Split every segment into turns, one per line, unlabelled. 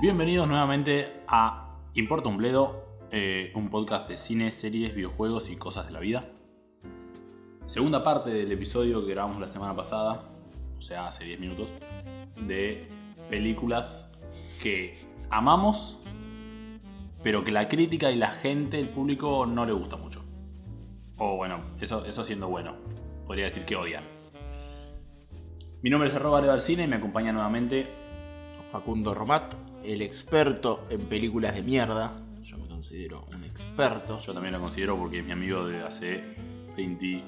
Bienvenidos nuevamente a Importa un Bledo, eh, un podcast de cine, series, videojuegos y cosas de la vida. Segunda parte del episodio que grabamos la semana pasada, o sea, hace 10 minutos, de películas que amamos, pero que la crítica y la gente, el público, no le gusta mucho. O bueno, eso, eso siendo bueno, podría decir que odian. Mi nombre es arroba Leo al Cine y me acompaña nuevamente
Facundo Romat, el experto en películas de mierda. Yo me considero un experto.
Yo también lo considero porque es mi amigo de hace 20,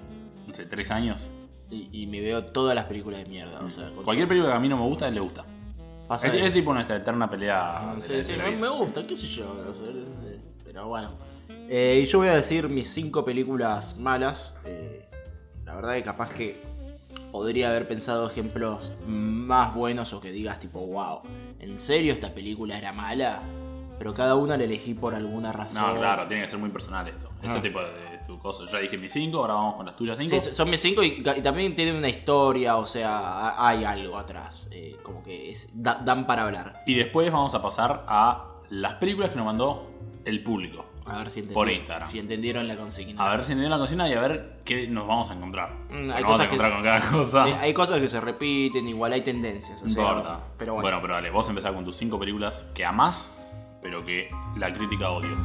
no sé, 3 años.
Y, y me veo todas las películas de mierda. O sea, con-
Cualquier película que a mí no me gusta, a él le gusta.
pasa
Es,
de-
es tipo nuestra eterna pelea.
No
de
sé,
la-
sí,
de la
no
vida.
me gusta, qué sé yo. o sea, eh, pero bueno. Eh, y yo voy a decir mis cinco películas malas. eh, la verdad que capaz que podría haber pensado ejemplos más buenos o que digas tipo, wow, ¿en serio esta película era mala? Pero cada una la elegí por alguna razón.
No, claro, tiene que ser muy personal esto. Ese
Ah.
tipo de, es tu cosa. Yo ya dije mis 5, ahora vamos con las tuyas 5.
Sí, so- son mis cinco y, ca- y también tienen una historia, o sea, ha- hay algo atrás. eh, como que es, da- dan para hablar.
Y después vamos a pasar a las películas que nos mandó el público.
A ver si entendieron,
Por Instagram.
si entendieron la consigna.
A ver si entendieron la cocina y a ver qué nos vamos a encontrar.
Mm,
Nos vamos a
hay cosas que-
encontrar con cada cosa.
Sí, hay cosas que se repiten, igual hay tendencias. O
No
sea,
importa.
Pero bueno.
bueno, pero dale, vos empezás con tus 5 películas que amás, pero que la crítica odio.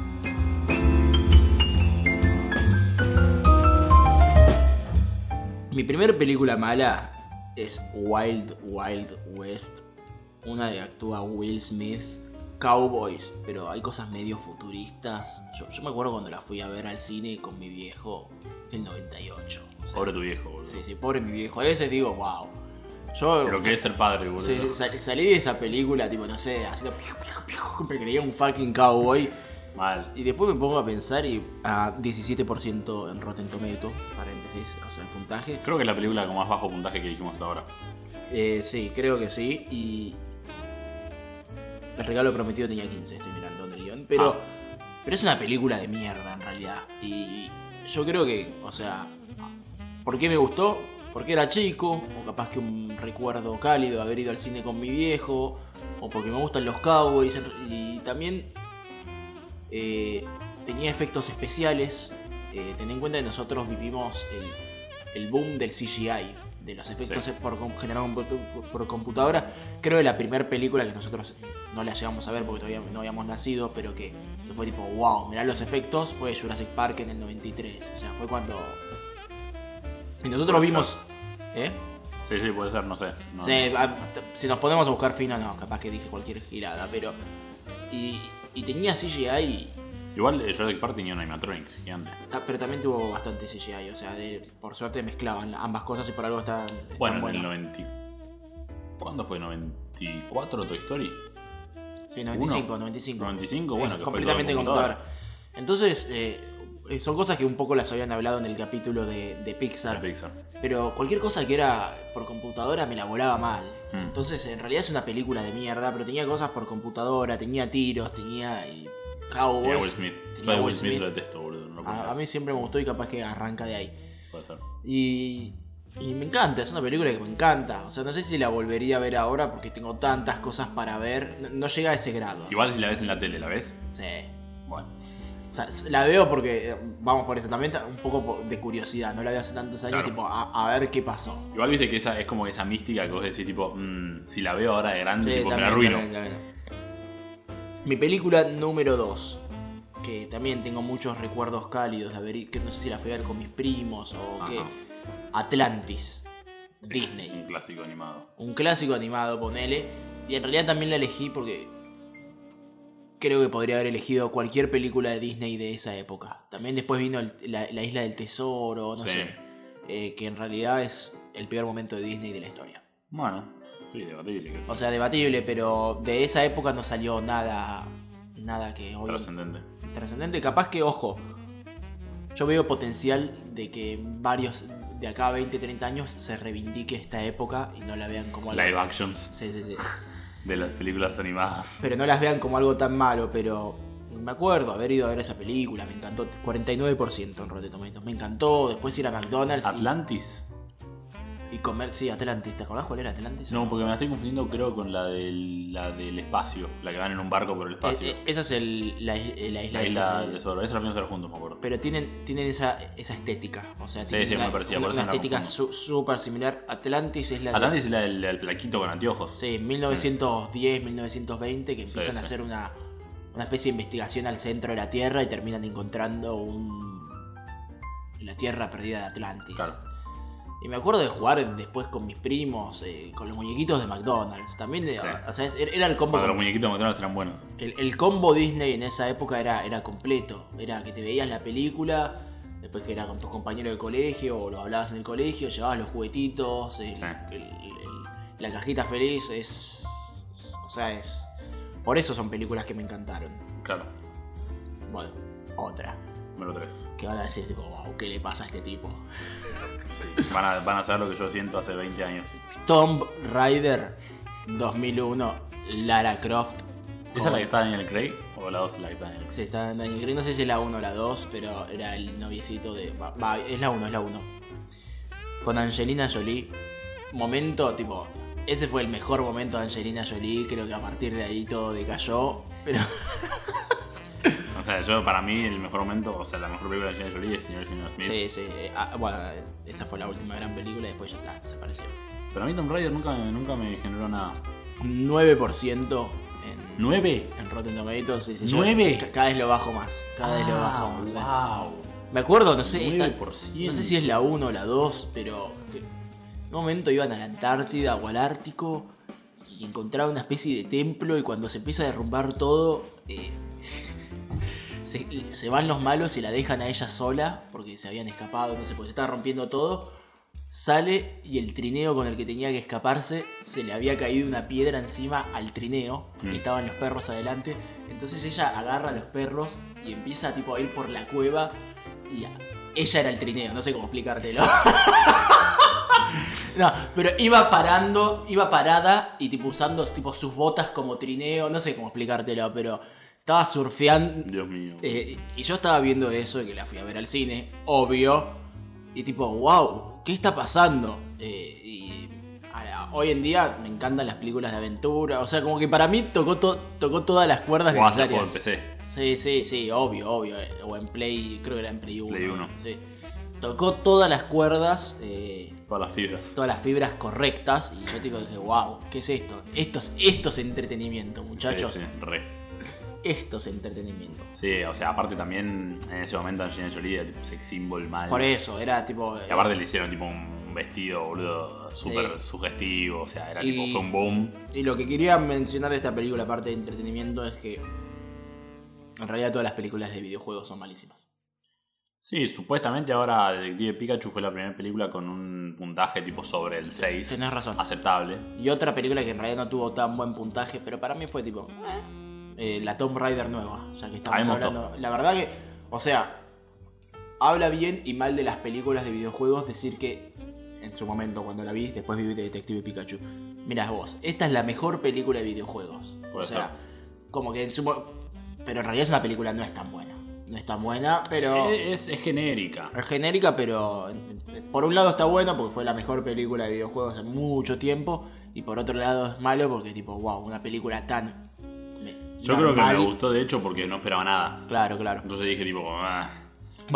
Mi primera película mala es Wild Wild West. Una de actúa Will Smith. Cowboys, pero hay cosas medio futuristas. Yo, yo me acuerdo cuando la fui a ver al cine con mi viejo del 98. o sea,
Pobre tu viejo, boludo.
Sí, sí, pobre mi viejo. A veces digo, wow. Yo
Lo que es ser padre, boludo.
sí, sí, sal- salí de esa película, tipo, no sé, haciendo piu, piu, piu, me creía un fucking cowboy.
Mal.
Y después me pongo a pensar y a 17% en Rotten Tomato, paréntesis, o sea, el puntaje.
Creo que es la película con más bajo puntaje que dijimos hasta ahora.
Eh, sí, creo que sí. Y. El regalo prometido tenía 15, estoy mirando en el guión. Pero. Pero es una película de mierda en realidad. Y yo creo que, o sea. ¿Por qué me gustó? Porque era chico, o capaz que un recuerdo cálido de haber ido al cine con mi viejo, o porque me gustan los cowboys. en- Y también eh, tenía efectos especiales. Eh, ten en cuenta que nosotros vivimos el, el boom del CGI, de los efectos
Sí.
por, com- generados por, por computadora. Creo que la primera película que nosotros no la llegamos a ver porque todavía no habíamos nacido, pero que, que fue tipo, wow, mirá los efectos, fue Jurassic Park en el 93. O sea, fue cuando... Y nosotros
Puede
vimos... ¿Eh?
Sí, sí, puede ser, no sé. No,
Sí, a- si nos ponemos a buscar fino, no, capaz que dije cualquier girada, pero... Y, y tenía CGI
Igual eh, Jurassic Park tenía un animatronics gigante.
Ta- Pero también tuvo bastante CGI, o sea, de- por suerte mezclaban ambas cosas y por algo están, están
Bueno, en el
buenas.
90. ¿Cuándo fue? ¿94 Toy Story?
Sí, 95, 95.
95, bueno,
Es
que fue
completamente
todo en
computadora. Entonces, eh, eh, son cosas que un poco las habían hablado en el capítulo de, de
De
Pixar,
Pixar.
pero cualquier cosa que era por computadora me la volaba mal.
Mm.
Entonces, en realidad es una película de mierda, pero tenía cosas por computadora, tenía tiros, tenía y
Tenía
cowboys.
Will Smith. Yo
tenía
de Will
Will
Smith,
Smith.
lo detesto, boludo. No lo puedo
A, a
creer.
mí siempre me gustó y capaz que arranca de ahí.
Puede ser.
Y, y me encanta, es una película que me encanta. O sea, no sé si la volvería a ver ahora porque tengo tantas cosas para ver. No, no llega a ese grado.
Igual si la ves en la tele, ¿la ves?
Sí.
Bueno.
O sea, s- la veo porque, eh, vamos por eso, también ta- un poco por- de curiosidad. No la veo hace tantos años,
Claro.
tipo, a, a ver qué pasó.
Igual viste que esa es como esa mística que vos decís, tipo, mm, si la veo ahora de grande,
Sí,
tipo, me la
también,
arruino.
también, también. Mi película número 2. Que también tengo muchos recuerdos cálidos de haber i- que no sé si la fui a ver con mis primos o
Ajá.
qué. Atlantis.
Sí,
Disney.
Un clásico animado.
un clásico animado, ponele. Y en realidad también la elegí porque creo que podría haber elegido cualquier película de Disney de esa época. También después vino el- la, la Isla del Tesoro, no
Sí.
sé. eh, que en realidad es el peor momento de Disney de la historia.
Bueno, sí, debatible. qué sé yo.
O sea, debatible, pero de esa época no salió nada, nada que hoy
Trascendente.
trascendente. Capaz que, ojo, yo veo potencial de que varios de acá a 20, 30 años se reivindique esta época y no la vean como algo-
Live actions
Sí, sí, sí.
de las películas animadas.
pero no las vean como algo tan malo, pero me acuerdo haber ido a ver esa película, me encantó, 49% en Rotten Tomatoes, me encantó, después ir a McDonald's y-
Atlantis.
Y comer, sí, Atlantis. ¿Te acordás cuál era Atlantis? Eh, o
No, porque me la estoy confundiendo creo con la del, la del espacio, la que van en un barco por el
Es-
espacio.
es- eh, esa es el- la, is- eh, la isla
la isla
esta,
del
sí.
tesoro, esa la vimos ahora juntos, me acuerdo.
Pero tienen, tienen esa, esa estética. O sea, tienen
sí,
una,
me parecía,
una-
por eso
una
no la
estética
confundo.
su- súper similar. Atlantis es la de-
Atlantis es la del, del plaquito con anteojos.
Sí, 1910, 1920, que empiezan a
sí.
hacer una, una especie de investigación al centro de la Tierra y terminan encontrando un. La Tierra perdida de Atlantis.
Claro.
Y me acuerdo de jugar después con mis primos, eh, con los muñequitos de McDonald's. También, eh,
Sí.
o sea, es- era el combo.
Cuando los muñequitos de McDonald's eran buenos.
El, el combo Disney en esa época era, era completo. Era que te veías la película, después que era con tus compañeros de colegio, o lo hablabas en el colegio, llevabas los juguetitos, el-
Sí.
el- el- la cajita feliz, es. O sea, es. Por eso son películas que me encantaron.
Claro,
Bueno, otra.
número 3.
Que van a decir, tipo, wow, ¿qué le pasa a este tipo?
Van a, van a saber lo que yo siento hace 20 años.
Tomb Raider 2001, Lara Croft.
¿Esa es la que está Daniel Craig o la 2 es la que está Daniel Craig?
Se está dando Daniel Craig, no sé si es la 1 o la 2, pero era el noviecito de. Va, va, es la 1, es la 1. Con Angelina Jolie. Momento, tipo. Ese fue el mejor momento de Angelina Jolie. Creo que a partir de ahí todo decayó. Pero.
O sea, yo para mí el mejor momento, o sea, la mejor película de Angelina Jolie es Señor y Señor Smith.
Sí, sí. eh, ah, bueno, esa fue la última gran película y después ya está, desapareció.
Pero a mí Tomb Raider nunca, nunca me generó nada.
9% en,
¿Nueve?
en Rotten Tomatoes. sí, sí, yo-
¿Nueve?
ca- Cada vez lo bajo más. Cada vez lo bajo más. eh.
wow.
Me acuerdo, no sé. esta-
9%.
No sé si es la 1 o la 2, pero que- en un momento iban a la Antártida o al Ártico y encontraban una especie de templo y cuando se empieza a derrumbar todo, eh, se, se van los malos y la dejan a ella sola porque se habían escapado, no sé, porque se estaba rompiendo todo. Sale y el trineo con el que tenía que escaparse se le había caído una piedra encima al trineo.
Mm.
Estaban los perros adelante. Entonces ella agarra a los perros y empieza tipo a ir por la cueva y a- ella era el trineo, no sé cómo explicártelo. No, pero iba parando, iba parada y tipo usando tipo sus botas como trineo, no sé cómo explicártelo, pero estaba surfeando.
Dios mío.
eh, y yo estaba viendo eso, que la fui a ver al cine, obvio. Y tipo, wow, ¿qué está pasando? Eh, y ahora, hoy en día me encantan las películas de aventura, o sea, como que para mí tocó, to- tocó todas las cuerdas
O hace juego
necesarias.
en PC.
Sí, sí, sí, obvio, obvio. eh, O en Play, creo que era en Play 1.
Play uno.
Sí. Tocó todas las cuerdas, eh,
Todas las fibras.
todas las fibras correctas. Y yo tipo dije, wow, ¿qué es esto? Esto es, esto es entretenimiento, muchachos.
Sí, sí, re.
Esto es entretenimiento.
Sí, o sea, aparte también en ese momento Angelina Jolie era tipo sex symbol mal.
Por eso, era tipo. eh,
Y aparte le hicieron tipo un vestido, boludo, súper sugestivo. O sea, era tipo,
Y-
fue un boom.
Y lo que quería mencionar de esta película, aparte de entretenimiento, es que. En realidad todas las películas de videojuegos son malísimas.
Sí, supuestamente ahora Detective Pikachu fue la primera película con un puntaje tipo sobre el 6.
Tenés razón.
Aceptable.
Y otra película que en realidad no tuvo tan buen puntaje, pero para mí fue tipo. eh, eh, la Tomb Raider nueva, ya que
A mí
estamos
me gustó.
hablando. La verdad que. O sea. Habla bien y mal de las películas de videojuegos decir que. En su momento, cuando la vi, después vi Detective Pikachu. Mirás vos, esta es la mejor película de videojuegos.
Puede
o sea, como que en su. mo- Pero en realidad es una película no es tan buena. No es tan buena, pero.
Es, es genérica.
Es genérica, pero eh, por un lado está bueno porque fue la mejor película de videojuegos en mucho tiempo. Y por otro lado es malo porque, tipo, wow, una película tan. me-
Yo creo que me
normal.
gustó, de hecho, porque no esperaba nada.
Claro, claro.
Entonces dije tipo, ah.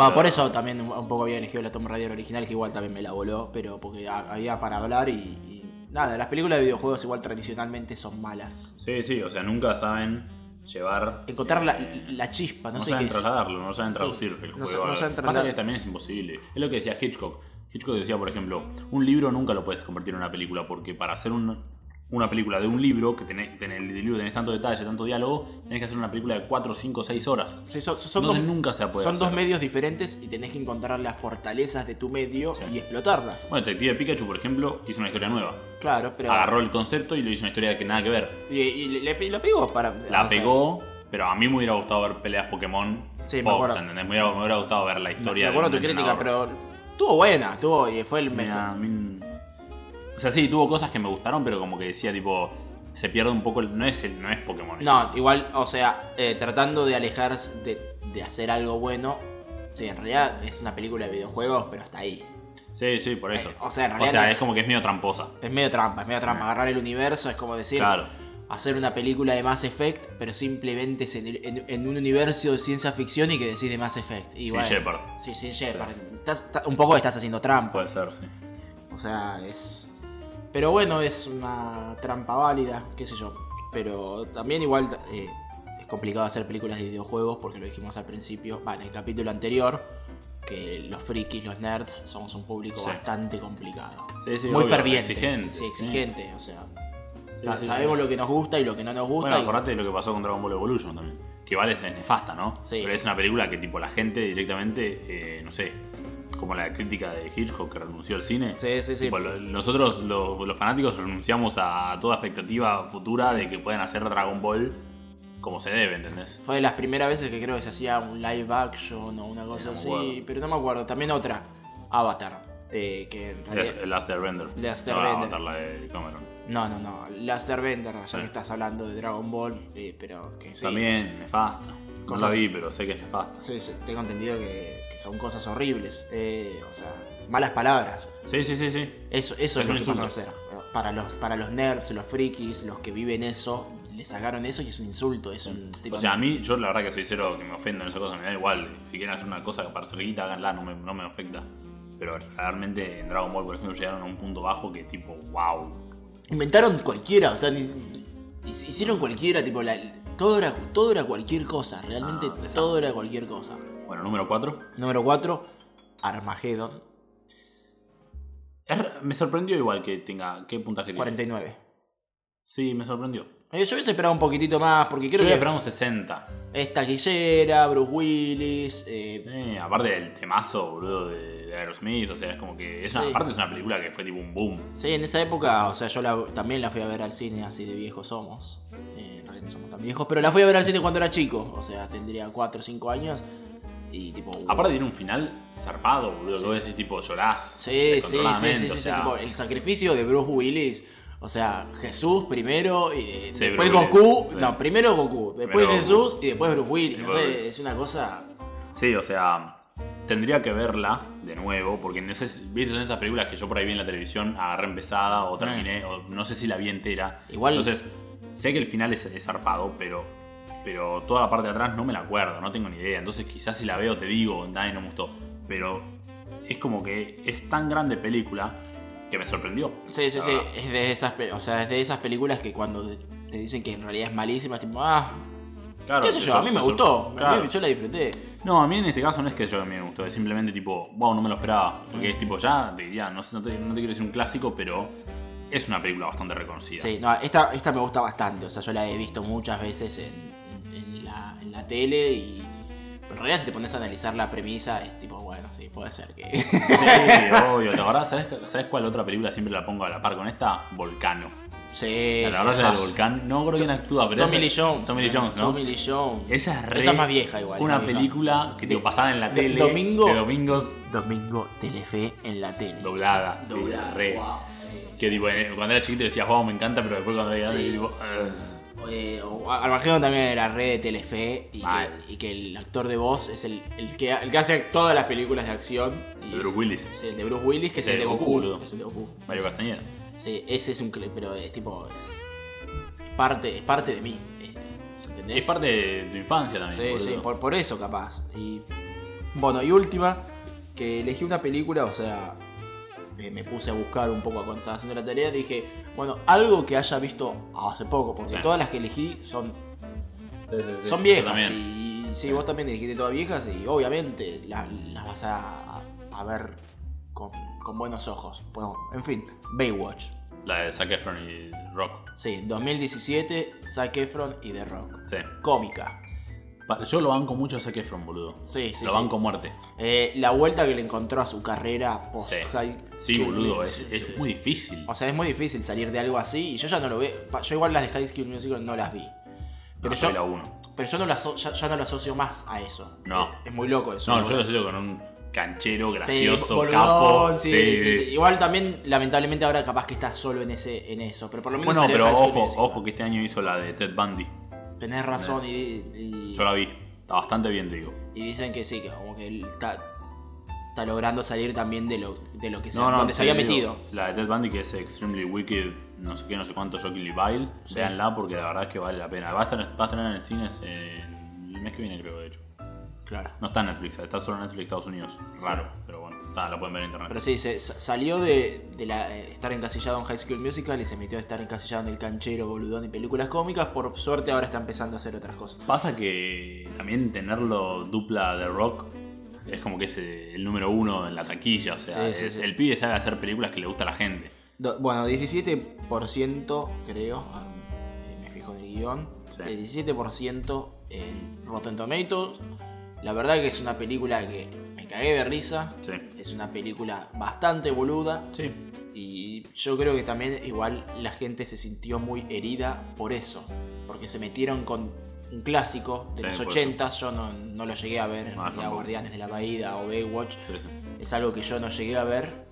Va,
Claro.
por eso también un, un poco había elegido la Tomb Raider original, que igual también me la voló, pero porque ha- había para hablar y, y Nada, las películas de videojuegos igual tradicionalmente son malas.
Sí, sí, o sea, nunca saben llevar.
Encontrar la,
eh,
la chispa, no,
no
sé
saben
qué es.
trasladarlo, no saben traducir
Sí,
el
no
juego.
sa- no saben
Pasa que
trasladar.
también es imposible. Es lo que decía Hitchcock. Hitchcock decía, por ejemplo, un libro nunca lo puedes convertir en una película, porque para hacer un- una película de un libro, que tenés, en el libro tenés tanto detalle, tanto diálogo, tenés que hacer una película de 4, 5, 6 horas.
Sí, son, son
Entonces
dos,
nunca se puede
son dos
hacer.
medios diferentes y tenés que encontrar las fortalezas de tu medio
Sí.
y explotarlas.
Bueno, Detective Pikachu, por ejemplo, hizo una historia nueva.
Claro, pero.
Agarró el concepto y lo hizo una historia que nada que ver.
Y, y le, le- la pegó para.
La
o sea,
pegó, pero a mí me hubiera gustado ver peleas Pokémon.
Sí, me
posta,
acuerdo.
¿entendés? Me hubiera, me hubiera gustado ver la historia.
Me acuerdo
de
tu
un
crítica,
entrenador.
pero. Estuvo buena, estuvo. Y fue el
Me-
mejor.
a mí- O sea, sí, tuvo cosas que me gustaron, pero como que decía, tipo, se pierde un poco. el- No es, el, no es Pokémon.
No, igual, o sea, eh, tratando de alejarse de, de hacer algo bueno. Sí, en realidad es una película de videojuegos, pero hasta ahí.
Sí, sí, por eso.
Eh, o sea, en
o
realidad
sea,
no
es como que es medio tramposa.
es medio trampa, es medio trampa. Agarrar el universo es como decir,
Ah. Claro.
hacer una película de Mass Effect, pero simplemente es en, el- en- en un universo de ciencia ficción y que decís de Mass Effect. Y
Sin
bueno,
Shepard.
Sí, sin Shepard. Estás- ta- un poco estás haciendo trampa.
Puede ser, sí.
O sea, es. Pero bueno, es una trampa válida, qué sé yo. Pero también igual eh, es complicado hacer películas de videojuegos porque lo dijimos al principio, va, en el capítulo anterior, que los frikis, los nerds, somos un público
Sí.
bastante complicado.
Sí, sí,
Muy
obvio,
ferviente.
exigente,
Sí,
sí.
exigente, o sea.
Sí,
sa-
sí,
sabemos lo que nos gusta y lo que no nos gusta.
Bueno,
y-
acordate de lo que pasó con Dragon Ball Evolution también. Que vale, es nefasta, ¿no?
Sí.
Pero es una película que tipo la gente directamente, eh, no sé, como la crítica de Hitchcock que renunció al cine.
Sí, sí, sí.
Tipo, lo- nosotros, lo- los fanáticos, renunciamos a toda expectativa futura de que puedan hacer Dragon Ball como se debe, ¿entendés?
Fue de las primeras veces que creo que se hacía un live action o una cosa
No me
así,
acuerdo.
pero no me acuerdo. También otra, Avatar, eh, que en realidad...
Es el Last Airbender.
Last
No,
Airbender.
Avatar, la de Cameron.
No, no, no, Last Airbender, ya
Sí.
que estás hablando de Dragon Ball, eh, pero que sí.
También nefasta. No la
Cosas-
vi, pero sé que es nefasta.
Sí, sí, tengo entendido que, que son cosas horribles, eh, o sea, malas palabras.
Sí, sí, sí, sí.
Eso, eso es,
Es
lo
un
que pasan a
insulto.
hacer. Para los, para los nerds, los frikis, los que viven eso, les sacaron eso y es un insulto, es un tipo
O sea, a mí, yo la verdad que soy cero que me ofendan esas cosas, me da igual. Si quieren hacer una cosa para hacer guita, háganla, no me, no me afecta. Pero realmente en Dragon Ball, por ejemplo, llegaron a un punto bajo que tipo, wow.
Inventaron cualquiera, o sea, ni- ni- hicieron cualquiera, tipo, la, todo, era, todo era cualquier cosa, realmente
Ah, desastre.
todo era cualquier cosa.
Bueno, número 4.
Número 4, Armageddon
me sorprendió igual que tenga, ¿qué puntaje tiene?
49.
Sí, me sorprendió.
Eh, yo hubiese esperado un poquitito más, porque
Creo
creo
yo
que
que esperamos 60.
es taquillera, Bruce Willis, eh,
Sí, aparte del temazo, boludo, de, de Aerosmith, o sea, es como que. Es una,
Sí.
Aparte es una película que fue tipo un boom.
Sí, en esa época, o sea, yo la- también la fui a ver al cine, así de viejos somos. Eh, en realidad no somos tan viejos, pero la fui a ver al cine cuando era chico. O sea, tendría 4 o 5 años. Y tipo.
Aparte tiene un final zarpado, boludo, que vos decís tipo llorás.
sí, sí, sí, sí,
descontroladamente,
sí,
o
sí,
sea,
tipo, eh. el sacrificio de Bruce Willis. O sea, Jesús primero y de-
Sí,
después
Bruce
Goku.
Willis, sí.
No, primero Goku, después
Primero
Jesús
Goku.
y después Bruce Willis. No
Después
sé,
Bruce Willis.
es una cosa.
Sí, o sea, tendría que verla de nuevo, porque en esas, ¿viste? son esas películas que yo por ahí vi en la televisión, agarré empezada o terminé, o no sé si la vi entera.
Eh. Igual-
Entonces, sé que el final es, es zarpado, pero, pero toda la parte de atrás no me la acuerdo, no tengo ni idea. Entonces, quizás si la veo te digo, nadie no me gustó. Pero es como que es tan grande película que me sorprendió.
Sí, sí,
la
sí.
verdad.
Es de esas, pe- o sea, es de esas películas que cuando te- te dicen que en realidad es malísima, es tipo, ah,
Claro,
qué sé
te
yo,
sor-
a mí me
te sor-
gustó. a
Claro.
mí- yo la disfruté.
No, a mí en este caso no es que yo a mí me gustó, es simplemente tipo, wow, no me lo esperaba. Porque es tipo, ya, te diría, no, sé, no, te, no te quiero decir un clásico, pero es una película bastante reconocida.
Sí, no, esta, esta me gusta bastante. O sea, yo la he visto muchas veces en, en- en la, en la tele y. En realidad, si te pones a analizar la premisa, es tipo, bueno, sí, puede ser que.
Sí, obvio. La verdad, ¿sabes, ¿sabes cuál otra película siempre la pongo a la par con esta? Volcano.
sí.
La verdad, es el volcán. No creo quién actúa, pero.
Eh, ah. Tommy
esa-
Lee Jones.
Tommy Lee Jones, ¿no?
Tommy Lee Jones.
Esa es re-
Esa es más vieja igual.
Una
más vieja.
película que te
De-
pasaba en la
de
tele.
domingo.
De domingos
Domingo Telefe en la tele.
doblada. sí,
Doblada,
re.
wow, sí.
Que tipo, en- cuando era chiquito decías, wow, me encanta, pero después cuando era
Sí.
tipo. "Ah, "Ugh".
Eh, o- Armagedón también era re de Telefe y
Mal.
que, y que el actor de voz es el, el que, el que hace todas las películas de acción. Y
De Bruce
es-
Willis.
Es el de Bruce Willis, que es, el de Goku.
boludo.
es el de Goku.
Mario Castañeda.
Sí, ese es un cl- pero es tipo. Es, es parte, es parte de mí. eh, ¿Entendés?
Es parte de tu infancia también.
Sí, sí,
boludo.
por, por eso capaz. Y bueno, y última, que elegí una película, o sea, me, me puse a buscar un poco cuando estaba haciendo la tarea, dije, bueno, algo que haya visto hace poco, porque
Sí.
todas las que elegí son,
Sí, sí, sí.
son
Yo
viejas.
también.
Y, y sí, vos también elegiste todas viejas y obviamente la- las vas a, a ver con, con buenos ojos. Bueno, en fin, Baywatch.
La de Zac Efron y Rock.
Sí, 2017, Zac Efron y The Rock.
Sí.
Cómica.
Pa- Yo lo banco mucho a Zac Efron, boludo.
Sí, sí,
Lo
sí.
banco a muerte.
Eh, la vuelta que le encontró a su carrera post
Sí.
high
Sí,
School
boludo,
Musical.
es, es muy difícil.
O sea, es muy difícil salir de algo así y yo ya no lo veo. Pa- Yo igual las de High School Musical no las vi. Pero,
Ah, soy la
yo,
uno.
pero yo no las so- ya, ya no lo asocio más a eso.
No.
Eh, Es, muy loco eso.
No, yo lo asocio con un canchero
Sí,
gracioso,
boludón,
capo.
sí, sí, sí. Igual también, lamentablemente, ahora capaz que está solo en ese, en eso. Pero por lo menos.
Bueno,
sale de
pero
High School
ojo,
Musical.
ojo que este año hizo la de Ted Bundy.
Tenés razón y, y-
Yo la vi. Está bastante bien, te digo.
y dicen que sí, que como que él está- está logrando salir también de lo, de lo que se,
No, no,
donde se
te
había
digo,
metido.
La de Ted Bundy que es Extremely Wicked, no sé qué, no sé cuánto, Shockingly Vile.
Sí.
Véanla porque la verdad es que vale la pena. Va a estar, va a estar en el cine el mes que viene, creo, de hecho.
Claro.
No está en Netflix, está solo en Netflix Estados Unidos. Raro, pero bueno, está, la pueden ver en internet.
Pero sí, se, sa- salió de, de la, eh, estar encasillado en High School Musical y se metió a estar encasillado en el canchero, boludón y películas cómicas. Por suerte ahora está empezando a hacer otras cosas.
Pasa que también tenerlo dupla de rock es como que es eh, el número uno en la taquilla. O sea,
Sí, sí,
es-
sí.
el pibe sabe hacer películas que le gusta a la gente.
Do- bueno, 17% creo, a ver, eh, me fijo en el guión,
Sí.
Sí, 17% en Rotten Tomatoes. La verdad que es una película que me cagué de risa.
Sí.
Es una película bastante boluda
Sí.
y yo creo que también igual la gente se sintió muy herida por eso, porque se metieron con un clásico de
Sí,
los
por
80, yo no, no lo llegué a ver, en
No,
realidad,
tampoco.
Guardianes de la Bahía o Baywatch,
sí, sí.
es algo que yo no llegué a ver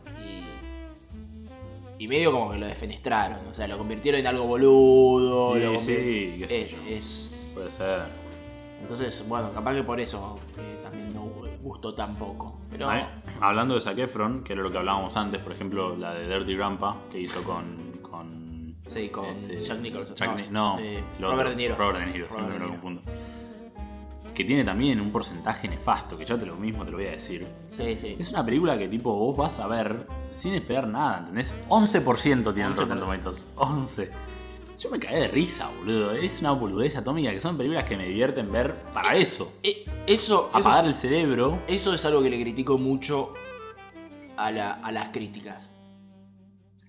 y, y medio como que lo defenestraron, o sea, lo convirtieron en algo boludo.
Sí,
lo Eh.
sí,
convi-
qué sé
es-
yo.
es-
Puede ser.
entonces, bueno, capaz que por eso eh, también no gustó tampoco. Pero
Ay, Hablando de Zac Efron, que era lo que hablábamos antes, por ejemplo, la de Dirty Grandpa que hizo con. con
sí, con
este,
Jack Nicholson.
Jack Ni- no,
eh,
el otro,
Robert De Niro.
Robert De Niro, siempre
Robert De
lo
Niro.
confundo. Que tiene también un porcentaje nefasto, que ya te lo mismo te lo voy a decir.
Sí, sí.
Es una película que tipo vos vas a ver sin esperar nada, ¿entendés? 11% tiene el
11%.
Rotten Tomatoes. 11. Yo me caí de risa, boludo. Es una boludez atómica que son películas que me divierten ver para eso.
Eh, eso, eso,
Apagar el cerebro.
es, eso es algo que le critico mucho a, la- a las críticas.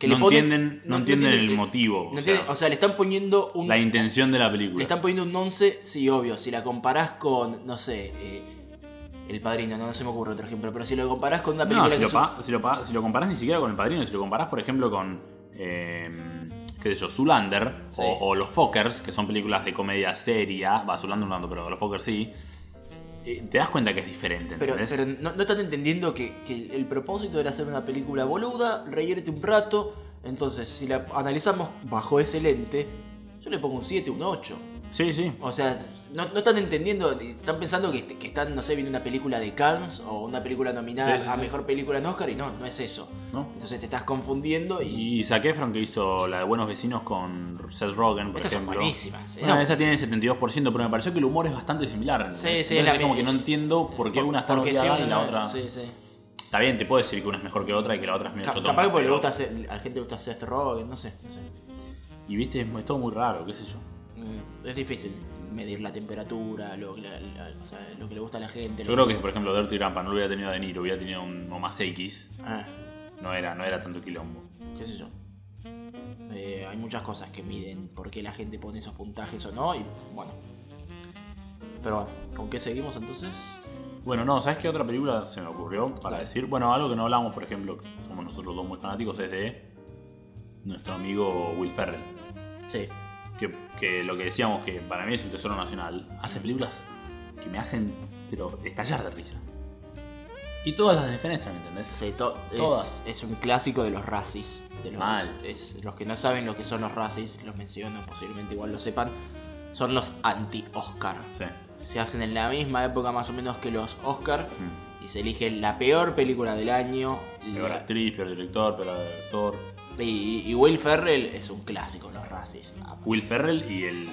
no,
le ponen-
entienden, no, entienden el motivo. o
no
sea,
entienden- o sea, le están poniendo un,
la intención de la película.
Le están poniendo un 11, sí, obvio. Si la comparás con, no sé, eh, El Padrino, no, no se me ocurre otro ejemplo, pero si lo comparás con una
no,
película
si
que
lo,
es un-
pa- si, lo pa- si lo comparás ni siquiera con El Padrino, si lo comparás, por ejemplo, con, eh, qué sé yo, Zulander
Sí.
o, o Los Fockers, que son películas de comedia seria, va Zulander no tanto, pero Los Fockers sí, eh, te das cuenta que es diferente,
Pero,
¿entendés?
pero no, no están entendiendo que, que el propósito era hacer una película boluda, reírte un rato. Entonces, si la analizamos bajo ese lente, yo le pongo un 7, un 8.
Sí, sí.
O sea, no, no están entendiendo, están pensando que, que están, no sé, viendo una película de Cannes o una película nominada
Sí, sí,
a
sí.
mejor película en Oscar y no, no es eso.
¿no?
Entonces te estás confundiendo y.
Y Zac Efron, que hizo la de Buenos Vecinos con Seth Rogen, por
Esas son
ejemplo.
buenísimas. ¿eh?
Bueno, esa tiene el 72%, pero me pareció que el humor es bastante similar. ¿entendés?
pues, Sí, sí, es
Entonces
la
es como que
misma.
no entiendo por qué una está
Porque sí,
rodeada y
una-
la otra...
Sí, sí.
Está bien, te puedo decir que una es mejor que otra y que la otra es medio
Ca-
chotona,
capaz que porque le
pero-
gusta hacer, a la gente le gusta hacer este rock, no sé. No sé.
Y viste, es, es todo muy raro, qué sé yo.
Mm, Es difícil medir la temperatura, lo, que la- la- o sea, lo que le gusta a la gente.
Yo creo que, por ejemplo, Dirty Rampa no lo hubiera tenido De Niro, hubiera tenido un o más X.
Ah,
No era, no era tanto quilombo.
qué sé yo. Eh, hay muchas cosas que miden por qué la gente pone esos puntajes o no, y bueno. Pero bueno, ¿con qué seguimos entonces?
Bueno, no, ¿sabes qué otra película se me ocurrió para
Dale.
decir? Bueno, algo que no hablamos, por ejemplo, que somos nosotros dos muy fanáticos, es de nuestro amigo Will Ferrell.
Sí.
Que, que lo que decíamos que para mí es un tesoro nacional, hace películas que me hacen, pero estallar de risa. Y todas las defenestran, ¿entendés?
to- es,
Todas.
es un clásico de los racis. De los,
Mal.
es- los que no saben lo que son los racis, los menciono, posiblemente igual lo sepan. Son los anti-Oscar.
Sí.
Se hacen en la misma época más o menos que los Oscar.
Mm.
y se elige la peor película del año.
Peor
la-
actriz, peor director, peor actor.
y, y Will Ferrell es un clásico, los racis.
Will Ferrell y el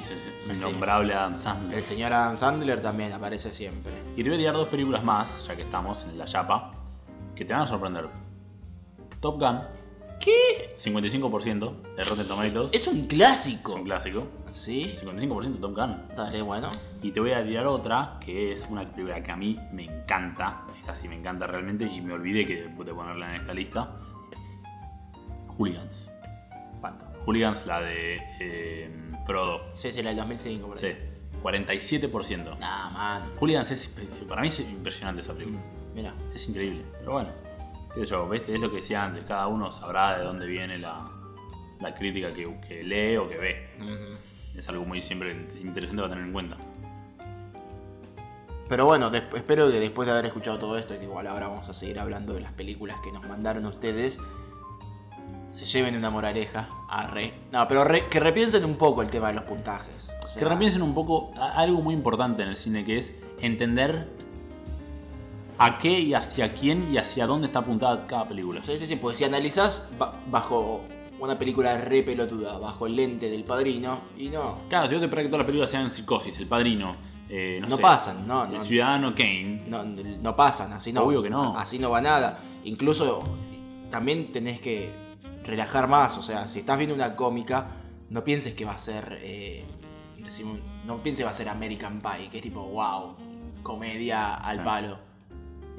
innombrable Adam Sandler.
El señor Adam Sandler también aparece siempre.
Y te voy a tirar dos películas más, ya que estamos en la chapa, que te van a sorprender. Top Gun,
¿Qué?
55% de Rotten Tomatoes,
Es un
es
clásico.
un clásico.
¿Sí?
55% Top Gun.
Dale, bueno.
Y te voy a tirar otra, que es una película que a mí me encanta. Esta sí me encanta realmente y me olvidé que de ponerla en esta lista. Hooligans. Hooligans, la de eh, Frodo.
Sí, sí, la del 2005. Por
Sí,
ahí.
47%.
Nah, man.
Hooligans es, para mí es impresionante esa película.
Mira.
Es increíble. Pero bueno, qué sé yo, ¿ves? es lo que decía antes. Cada uno sabrá de dónde viene la, la crítica que, que lee o que ve. Es algo muy siempre interesante para tener en cuenta.
Pero bueno, des- espero que después de haber escuchado todo esto, que igual ahora vamos a seguir hablando de las películas que nos mandaron ustedes, se lleven una moraleja a re. No, pero re- que repiensen un poco el tema de los puntajes. O sea,
Que repiensen un poco a- algo muy importante en el cine que es entender a qué y hacia quién y hacia dónde está apuntada cada película.
Sí, sí, sí, porque si analizás ba- bajo una película re pelotuda, bajo el lente del padrino, y no.
Claro, si yo te espero que todas las películas sean psicosis, el padrino, eh, no,
No
sé,
pasan, no,
el
no.
ciudadano Kane.
No, no pasan, así no.
Obvio que no.
Así no va nada. Incluso también tenés que relajar más. O sea, si estás viendo una cómica, no pienses que va a ser. eh, decimos, no pienses que va a ser American Pie, que es tipo, wow, comedia al
Sí.
palo.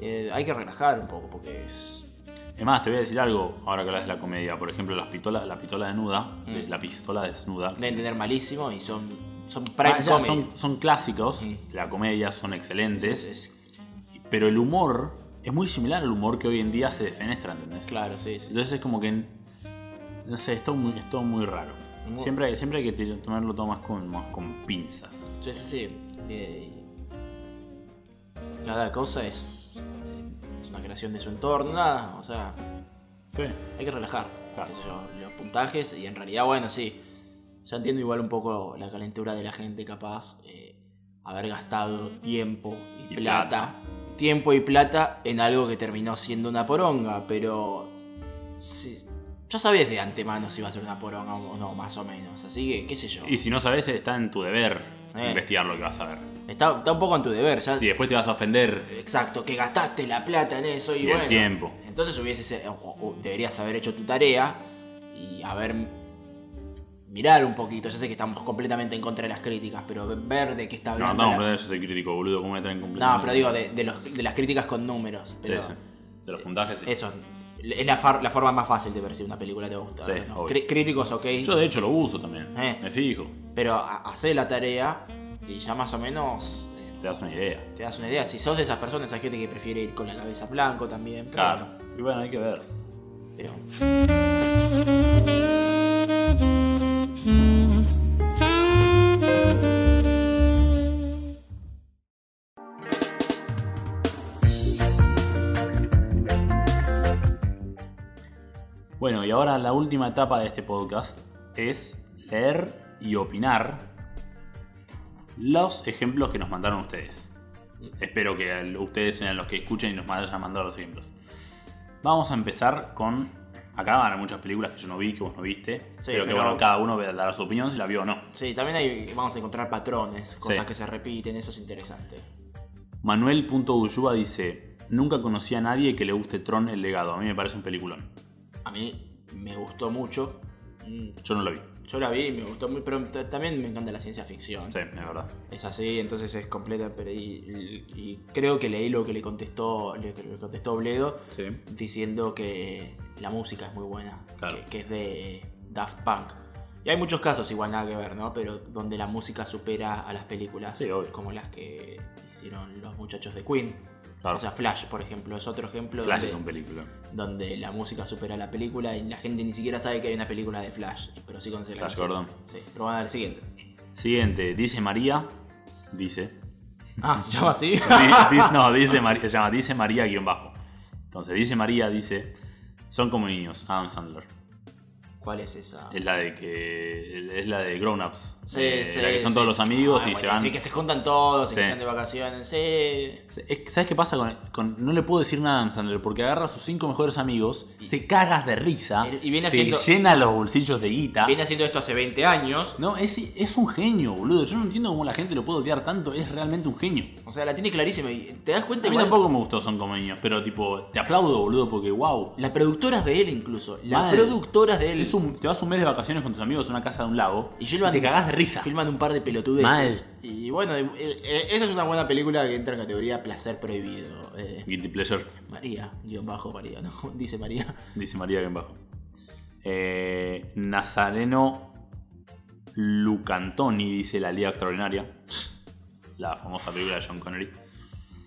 Eh, hay que relajar un poco porque es.
Es más, te voy a decir algo ahora que hablas de la comedia. Por ejemplo, las pistolas, la pistola desnuda, de-
Mm.
la pistola desnuda.
de entender malísimo y son. Son prime
Ah, ya,
comedy.
son, son clásicos,
Mm.
la comedia son excelentes,
Es- es-
pero el humor es muy similar al humor que hoy en día se defenestra, ¿entendés?
claro, sí, sí.
Entonces es como que. No sé, es todo muy, es todo muy raro.
Muy-
Siempre, hay- siempre hay que te- tomarlo todo más con, más con pinzas.
Sí, sí, sí. Eh, cada cosa es, eh, es una creación de su entorno, nada. O sea,
Sí.
hay que relajar
Claro.
qué sé yo, los puntajes y en realidad, bueno, sí. Ya entiendo igual un poco la calentura de la gente capaz. eh, haber gastado tiempo y,
Y
plata. Tiempo y plata en algo que terminó siendo una poronga, pero... sí, ya sabes de antemano si va a ser una poronga o no, más o menos. Así que, qué sé yo.
Y si no sabes, está en tu deber
Eh. Ah.
investigar lo que vas a ver.
Está, está un poco en tu deber, ya,
Si después te vas a ofender,
Exacto, que gastaste la plata en eso y,
Y el
bueno.
tiempo.
Entonces hubieses, eh, o- o deberías haber hecho tu tarea y haber mirar un poquito. Yo sé que estamos completamente en contra de las críticas, pero ver de qué está
no,
hablando.
no,
Eh, la-
pero yo soy crítico, boludo, ¿cómo me traen
No,
completamente?
pero digo de, de los- de las críticas con números.
Sí,
pero
sí. De los puntajes, sí.
Eso es la, far- la forma más fácil de ver si una película te gusta.
Sí,
o no.
obvio.
Cri- críticos, ok.
Yo de hecho lo uso también.
Eh.
Me fijo,
Pero ha- hacé la tarea y ya más o menos eh,
te das una idea.
te das una idea. Si sos de esas personas, hay gente que prefiere ir con la cabeza blanco también. pero bueno.
Claro. Y bueno, hay que ver.
Pero-
Bueno, y ahora la última etapa de este podcast es leer y opinar los ejemplos que nos mandaron ustedes. Espero que al- ustedes sean los que escuchen y nos hayan mandado los ejemplos. Vamos a empezar con. Acá van a muchas películas que yo no vi, que vos no viste.
Sí,
pero que
pero-
bueno, cada uno dará su opinión si la vio o no.
Sí, también hay, vamos a encontrar patrones, cosas
Sí.
que se repiten, eso es interesante.
Manuel.Ulluba dice: Nunca conocí a nadie que le guste Tron el legado. A mí me parece un peliculón.
A mí me gustó mucho. Mm,
Yo no lo vi.
Yo la vi, me gustó mucho, pero t- también me encanta la ciencia ficción.
Sí, es verdad.
Es así, entonces es completa, pero y, y- y creo que leí lo que le contestó, le, le contestó Bledo,
Sí.
diciendo que la música es muy buena,
Claro.
que, que es de eh, Daft Punk. Y hay muchos casos, igual nada que ver, ¿no? Pero donde la música supera a las películas,
Sí, obvio.
como las que hicieron los muchachos de Queen.
Claro.
O sea, Flash, por ejemplo, es otro ejemplo
Flash
donde,
es un película.
donde la música supera la película y la gente ni siquiera sabe que hay una película de Flash, pero sí conoce la
Flash
canción.
Gordon.
Sí, pero van a ver el siguiente.
Siguiente, dice María. Dice.
Ah, se llama así.
Di- di- no, dice María. Se llama Dice María guión bajo. Entonces, dice María, dice. Son como niños, Adam Sandler.
¿Cuál es esa?
Es la de que. Es la de Grown Ups.
Sí,
Eh,
sí,
la que son
sí.
todos los amigos
Ah,
y se
bueno,
van.
Sí, que se juntan todos y que
Sí.
se van de vacaciones. Sí.
Es- ¿Sabes qué pasa con, con- No le puedo decir nada a Adam Sandler porque agarra a sus cinco mejores amigos, se cagas de risa,
Y- y viene
se
haciendo-
llena los bolsillos de guita.
Viene haciendo esto hace 20 años.
No, es, es un genio, boludo. Yo no entiendo cómo la gente lo puede odiar tanto. Es realmente un genio.
O sea, la tiene clarísima. y ¿Te das cuenta?
A mí
igual?
tampoco me gustó Son como niños, pero tipo, te aplaudo, boludo, porque wow.
Las productoras de él, incluso. Las
Mal.
productoras de él.
Es un- te vas un mes de vacaciones con tus amigos a una casa de un lago
Y Gilman-
te cagás de risa.
Filman un par de pelotudeces. Y bueno, eh, eh, esa es una buena película que entra en categoría placer prohibido. Eh,
Guilty pleasure,
María, guión bajo María, ¿no? Dice María.
dice María que en bajo. Eh, Nazareno Lucantoni dice La Liga Extraordinaria, la famosa película de John Connery.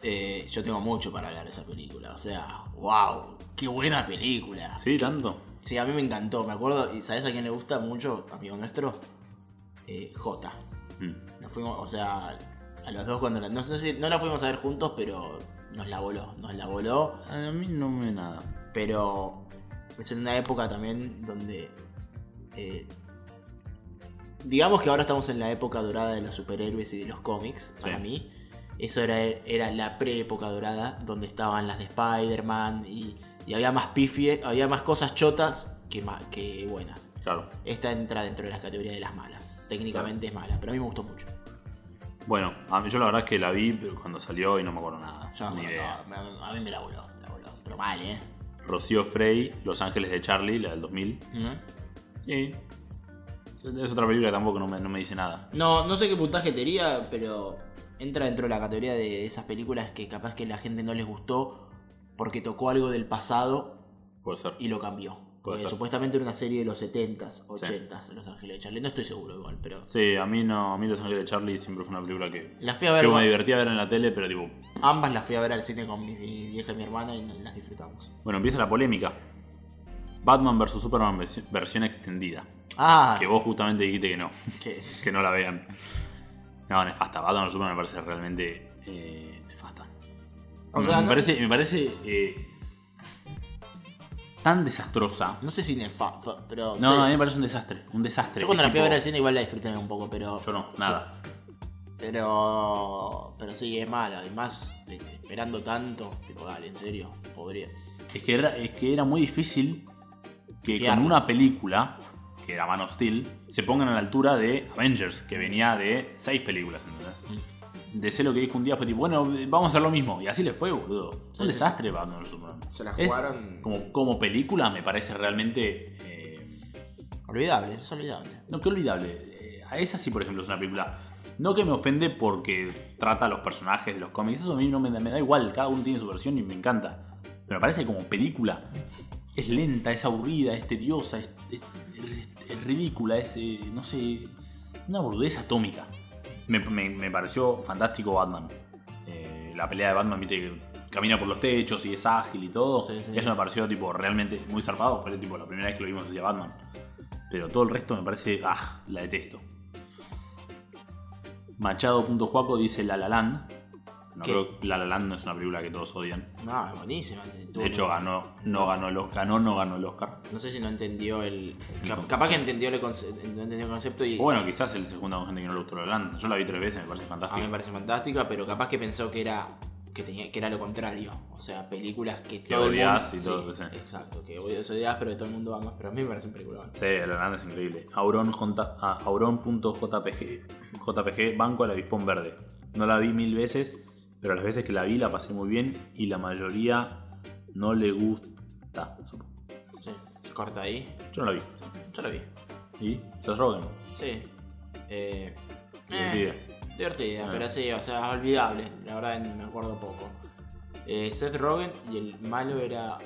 Eh, yo tengo mucho para hablar de esa película. O sea, wow, qué buena película.
¿Sí? ¿Tanto?
Sí, a mí me encantó, me acuerdo. ¿Y sabes a quién le gusta mucho, amigo nuestro? Eh, J.
Mm.
Nos fuimos, o sea, a los dos cuando la- no, no sé, no la fuimos a ver juntos, pero nos la voló, nos la voló.
A mí no me nada.
Pero es en una época también donde. eh, digamos que ahora estamos en la época dorada de los superhéroes y de los cómics, para
Sí.
mí. Eso era, era la pre-época dorada, donde estaban las de Spider-Man y, y había más pifie, había más cosas chotas que, ma- que buenas.
Claro.
Esta entra dentro de la categoría de las malas. Técnicamente es mala, pero a mí me gustó mucho.
Bueno, a mí, yo la verdad es que la vi pero cuando salió y no me acuerdo nada.
Yo
ni
me acuerdo,
idea.
no, a- a mí me la voló, me la voló, pero mal, ¿eh?
Rocío Frey, Los Ángeles de Charlie, la del 2000. Sí. Es otra película que tampoco no me, no me dice nada.
No, no sé qué puntaje tenía, pero entra dentro de la categoría de esas películas que capaz que la gente no les gustó porque tocó algo del pasado
Puede ser.
y lo cambió.
Puede
Porque
ser.
supuestamente era una serie de los 70s, 80s, Los Ángeles de Charlie. No estoy seguro igual, pero.
Sí, a mí no. A mí Los Ángeles de Charlie siempre fue una película que.
La fui a
que
ver,
me divertía ver en la tele, pero tipo.
ambas las fui a ver al cine con mi mi vieja y mi hermana y nos- las disfrutamos.
Bueno, empieza la polémica. Batman vs Superman vers- versión extendida.
Ah,
Que vos justamente dijiste que no.
que-
que no la vean. No, nefasta. Batman vs Superman me parece realmente eh, nefasta.
O
me,
sea,
me
no-
parece, me parece eh, tan desastrosa.
No sé si nefasto, pero.
No,
sé-
a mí me parece un desastre. Un desastre.
Yo cuando
Es
la fui a ver
tipo-
al cine igual la disfruté un poco, pero.
Yo no, nada.
Pero. Pero sí, es mala. Además, te- te- esperando tanto. Tipo, dale, en serio, podría.
Es que era, es que era muy difícil que
Fiar.
con una película, que era Man of Steel, se pongan a la altura de Avengers, que venía de seis películas, ¿entendés?
Mm.
De sé lo que dijo un día fue tipo, bueno, vamos a hacer lo mismo. Y así le fue, boludo. Es un
Sí, sí,
desastre Batman vs Superman.
Se la
Es-
jugaron-
como, como película me parece realmente. eh,
Olvidable, es olvidable.
no, qué olvidable. Eh, a esa sí, por ejemplo, es una película. No que me ofende porque trata a los personajes de los cómics. Eso a mí no me, da- me da igual. Cada uno tiene su versión y me encanta. Pero me parece como película. Es lenta, es aburrida, es tediosa, es, es- es- es ridícula, es, eh, no sé, una burdeza atómica. Me, me- me pareció fantástico Batman. Eh, la pelea de Batman, viste, que camina por los techos y es ágil y todo.
Sí, sí.
Eso me pareció tipo realmente muy zarpado. Fue tipo la primera vez que lo vimos hacia Batman. Pero todo el resto me parece. ¡Ah! La detesto. Machado.juaco dice La La Land. No
¿Qué?
creo La La Land no es una película que todos odian.
No, es buenísima. Tuvo-
De hecho, ah. ganó, no ganó el Oscar. Ganó, no ganó el Oscar.
No sé si no entendió el.
El
cap-
concepto.
capaz que entendió el, conce- no entendió el concepto y.
O bueno, quizás él se junta con gente que no le gustó La La Land. Yo la vi tres veces, me parece
A mí me
fantástica.
parece fantástica, pero capaz que pensó que era. Que, tenía, que era lo contrario. O sea, películas que,
Que
todo
odias
el
y
mundo.
todo, sí.
Exacto, que odias, odias, pero que todo el mundo ama. Pero a mí me parece un película.
Sí, La La Land es increíble. Auron Jonta- ah, Auron.jpg. JPG, Banco al Avispón Verde. No la vi mil veces, pero las veces que la vi la pasé muy bien y la mayoría no le gusta. supongo.
Sí. Corta ahí.
Yo no la vi.
Yo la vi.
¿Y? Seth Rogen.
Sí. Eh,
Divertida.
eh, divertida,
Ah.
pero sí, o sea, olvidable. La verdad me acuerdo poco. Eh, Seth Rogen y el malo era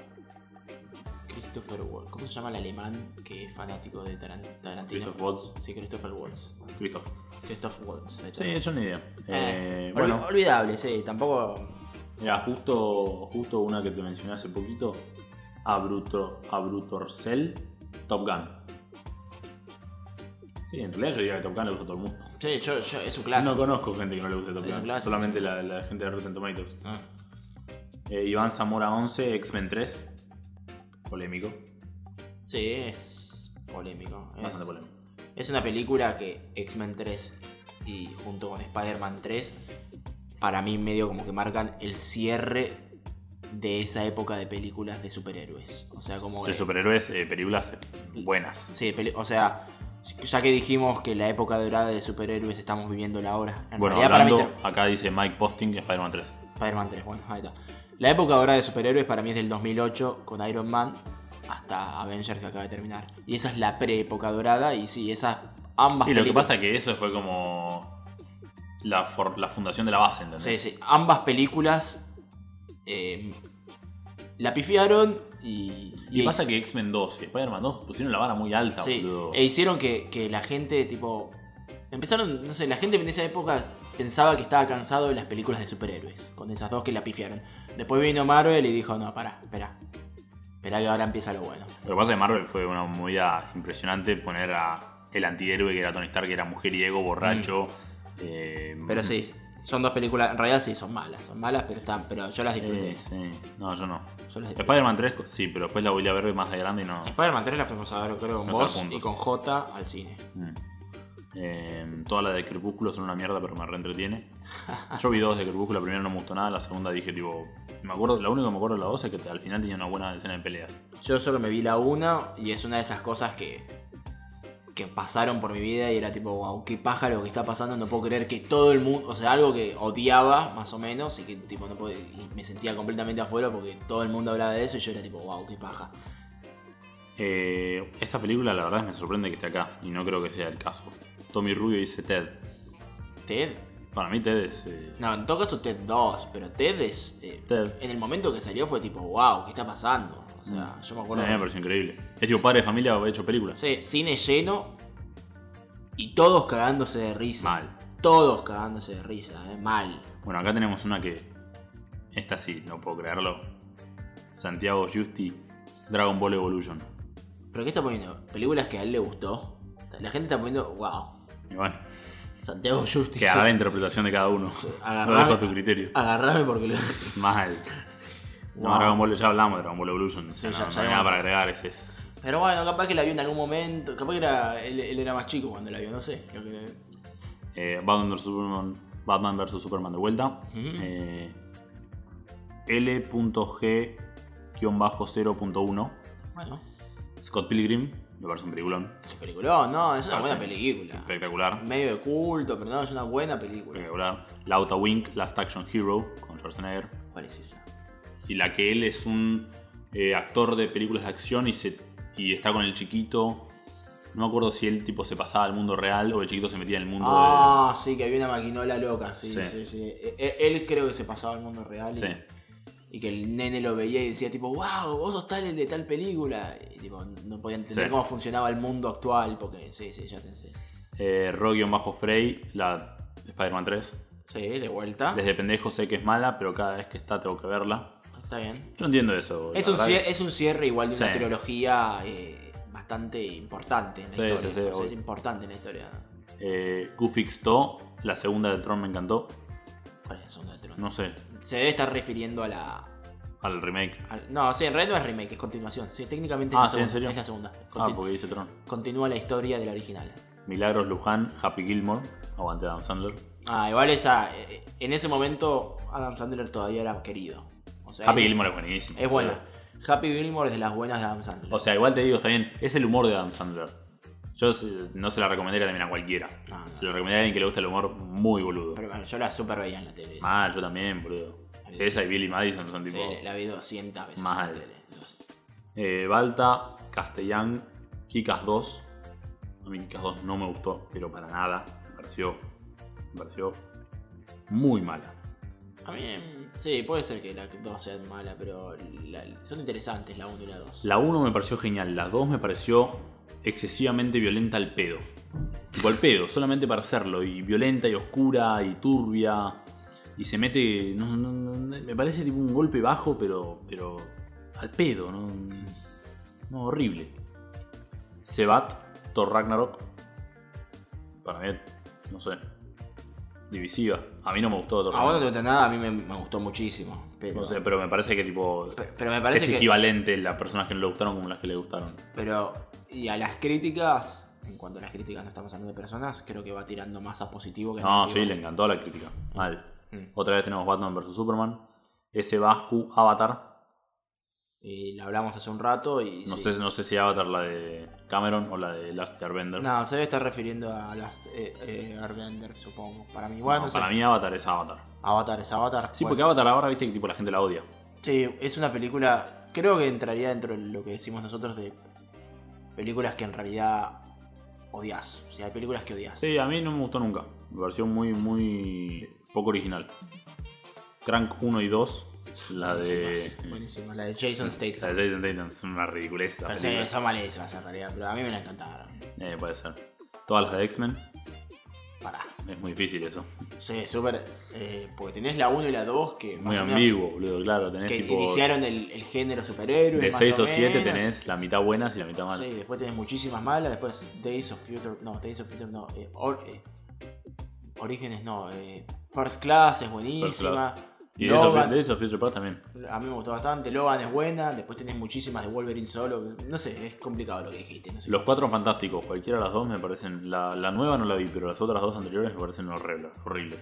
Christopher Waltz. ¿Cómo se llama el alemán que es fanático de Taran- Tarantino?
Christoph Waltz.
Sí, Christopher Waltz.
Christoph.
Christoph Waltz. ahí está.
Sí, yo ni idea. Eh,
Eh, olvi-
bueno,
Olvidable, sí, tampoco.
mira, justo, justo una que te mencioné hace poquito. Abrutor, Abrutorcel Top Gun. Sí, en realidad yo diría que Top Gun le gusta a todo el mundo.
Sí, yo, yo- es un clásico.
No conozco gente que no le guste Top
Es un
Gun.
clásico,
solamente la, la gente de Rotten Tomatoes.
Ah.
Eh, Iván Zamora 11, X-Men 3. Polémico.
Sí, es polémico.
Bastante
Es,
polémico.
Es una película que X-Men 3 y junto con Spider-Man 3, para mí medio como que marcan el cierre de esa época de películas de superhéroes. O sea, como...
De
que-
superhéroes, eh, películas eh, buenas.
sí, peli- o sea, ya que dijimos que la época dorada de superhéroes estamos viviéndola ahora. En
Bueno,
realidad para mí
hablando,
ter-
acá dice Mike Posting, Spider-Man 3.
Spider-Man 3, bueno, ahí está. La época dorada de superhéroes para mí es del 2008 con Iron Man hasta Avengers que acaba de terminar. Y esa es la pre-época dorada y sí, esas ambas
Y lo que
películas-
pasa es que eso fue como la, for- la fundación de la base, ¿entendés?
Sí, sí. Ambas películas eh, la pifiaron y.
Y
e
pasa
hic-
que X-Men 2 y Spider-Man 2 pusieron la vara muy alta,
sí,
boludo.
e hicieron que, que la gente, tipo. Empezaron, no sé, la gente en esa época pensaba que estaba cansado de las películas de superhéroes, con esas dos que la pifiaron. Después vino Marvel y dijo: No, pará, espera. Espera que ahora empieza lo bueno.
Lo que pasa es que Marvel fue una movida impresionante poner a el antihéroe que era Tony Stark, que era mujeriego, borracho. eh,
Mm. Pero sí, son dos películas. En realidad sí, son malas, son malas, pero están. Pero yo las disfruté.
eh, sí. No, yo no.
Yo las disfruté.
Spider-Man 3, sí, pero después la volví a ver más de grande y no.
Spider-Man 3 la fuimos a ver, creo, con
Nos
vos
juntos.
y con J al cine.
Mm. Eh, todas las de Crepúsculo son una mierda, pero me reentretiene. Yo vi dos de Crepúsculo, la primera no me gustó nada, la segunda dije, tipo, me acuerdo, la única que me acuerdo de la dos es que al final tenía una buena escena de peleas.
Yo solo me vi la una y es una de esas cosas que, que pasaron por mi vida y era tipo, wow, qué paja lo que está pasando, no puedo creer que todo el mundo, o sea, algo que odiaba más o menos y que tipo, no puedo- y me sentía completamente afuera porque todo el mundo hablaba de eso y yo era tipo, wow, qué paja.
Eh, esta película, la verdad, me sorprende que esté acá, y no creo que sea el caso. Tommy Rubio dice Ted.
Ted.
Para mí, Ted es. eh,
No, en todo caso Ted 2, pero Ted es... eh,
Ted.
En el momento que salió fue tipo, wow, ¿qué está pasando? O sea, yo me acuerdo...
Sí, me pareció increíble. Es tipo padre de familia ha hecho películas.
Sí, cine lleno y todos cagándose de risa.
Mal.
Todos cagándose de risa, eh, mal.
Bueno, acá tenemos una que. Esta sí, no puedo creerlo. Santiago Justi, Dragon Ball Evolution.
¿Pero qué está poniendo? Películas que a él le gustó. La gente está poniendo, wow,
Y bueno,
Santiago Justice.
que hará la interpretación de cada uno. Lo
Agarrame-
dejo a tu criterio.
Agarrame porque lo...
Mal. No,
Wow.
Dragon Ball, ya hablamos de Dragon Ball Evolution. o sea,
Sí,
no,
ya-
no
ya
hay
hemos-
nada para agregar. ese es-
Pero bueno, capaz que la vio en algún momento. Capaz que era, él, él era más chico cuando la vio, no sé. Creo que-
eh, Batman vs Superman, Batman versus Superman de vuelta. Eh, L.G-0.1
Bueno,
Scott Pilgrim, me parece un peliculón.
es un peliculón, no, es una
Parece
buena película.
Espectacular.
Medio de culto, pero no, es una buena película.
Espectacular. Lauta Wink, Last Action Hero, con Schwarzenegger.
¿Cuál es esa?
Y la que él es un eh, actor de películas de acción y, se, y está con el chiquito. No me acuerdo si el tipo se pasaba al mundo real o el chiquito se metía en el mundo de.
Ah, sí, que había una maquinola loca, sí,
Sí.
sí, sí. E- e- Él, creo que se pasaba al mundo real y-
Sí.
y que el nene lo veía y decía tipo, wow, vos sos tal el de tal película. Y tipo, no podía entender
Sí.
cómo funcionaba el mundo actual, porque sí, sí, ya te sé.
Eh, Rogue bajo Frey, la de Spider-Man 3.
Sí, de vuelta.
Desde pendejo sé que es mala, pero cada vez que está tengo que verla.
Está bien.
Yo entiendo eso. la
Es un,
verdad
cierre, es un cierre igual de una
Sí.
trilogía eh, bastante importante en la
Sí,
historia.
sí, sí,
O sea,
obvio.
es importante en la historia.
que- Eh, Goofy X-To, la segunda de Tron me encantó.
¿Cuál es la segunda de Tron?
No sé,
Se debe estar refiriendo a la.
al remake.
al- no, sí, en realidad no es remake, es continuación. Sí, técnicamente es,
Ah,
la,
sí,
segunda,
¿en serio?
es la segunda.
Ah,
Conti-
porque dice Tron.
Continúa la historia de la original.
Milagros Luján, Happy Gilmore, aguante Adam Sandler.
Ah, igual esa. eh, En ese momento, Adam Sandler todavía era querido. O sea,
Happy
es,
Gilmore es buenísimo.
es buena. Happy Gilmore es de las buenas de Adam Sandler.
O sea, igual te digo, está bien, es el humor de Adam Sandler. Yo se- no se la recomendaría también a cualquiera.
Ah, No, no.
Se la recomendaría a alguien que le gusta el humor muy boludo.
Pero bueno, yo la super veía en la tele. esa.
Mal, yo también, boludo.
Sí.
Esa y Billy Madison son
Sí,
tipo.
la vi 200 veces
Mal.
en la tele. Entonces,
Eh, Balta, Castellán, Kikas 2. A mí Kikas 2 no me gustó, pero para nada. Me pareció. Me pareció muy mala.
A mí, mm, sí, puede ser que la 2 sea mala, pero la- son interesantes la 1 y la 2.
La 1 me pareció genial, la 2 me pareció excesivamente violenta al pedo. Tipo al pedo, solamente para hacerlo. Y violenta y oscura y turbia. Y se mete. no- no- no- me parece tipo un golpe bajo, pero. pero. al pedo, no. No, horrible. Sebat, Thor Ragnarok. Para mí, no sé. Divisiva. A mí no me gustó Thor
A vos no
Ragnarok.
te gusta nada, a mí me, me gustó muchísimo. Pero,
No sé, pero me parece que tipo.
pe- pero me parece
es
que.
equivalente las personas que no le gustaron como las que le gustaron.
Pero, y a las críticas, en cuanto a las críticas, no estamos hablando de personas, creo que va tirando más a positivo que a
No,
negativo.
sí, le encantó la crítica. Mal.
Mm.
Otra vez tenemos Batman vs Superman. Ese Vascu, Avatar.
Y la hablamos hace un rato y.
No,
sí.
sé, no sé si Avatar la de Cameron o la de Last Airbender.
No, se debe estar refiriendo a las eh, eh, Airbender, supongo. Para mí, igual,
No,
no,
para
sé.
mí Avatar es Avatar.
Avatar es Avatar.
Sí,
puede
porque
ser.
Avatar ahora viste que tipo la gente la odia.
Sí, es una película. Creo que entraría dentro de lo que decimos nosotros de películas que en realidad odias. O sea, hay películas que odias.
Sí, a mí no me gustó nunca. Me pareció muy, muy poco original. Crank 1 y 2. La de.
Buenísimas, buenísimas, La de Jason
La
Statham.
de Jason Statham es una ridiculeza.
Pero sí, son malísimas en realidad, pero a mí me la encantaron.
Eh, puede ser. Todas las de X-Men.
Pará.
Es muy difícil eso.
Sí, súper. eh, porque tenés la 1 y la 2 que más
Muy
o menos
ambiguo, boludo. Claro, tenés
que
tipo.
iniciaron el, el género superhéroe.
De
más
6 o
menos.
7 tenés la mitad buenas y la mitad malas.
Sí, después tenés muchísimas malas. Después Days of Future. No, Days of Future no. eh, Or- eh, Orígenes no. eh, First Class es buenísima.
Y de
Logan.
eso, de eso Future Past también.
A mí me gustó bastante. Logan es buena. Después tenés muchísimas de Wolverine solo. No sé, es complicado lo que dijiste. No sé.
Los cuatro fantásticos, cualquiera de las dos me parecen. La, la nueva no la vi, pero las otras dos anteriores me parecen horribles. horribles.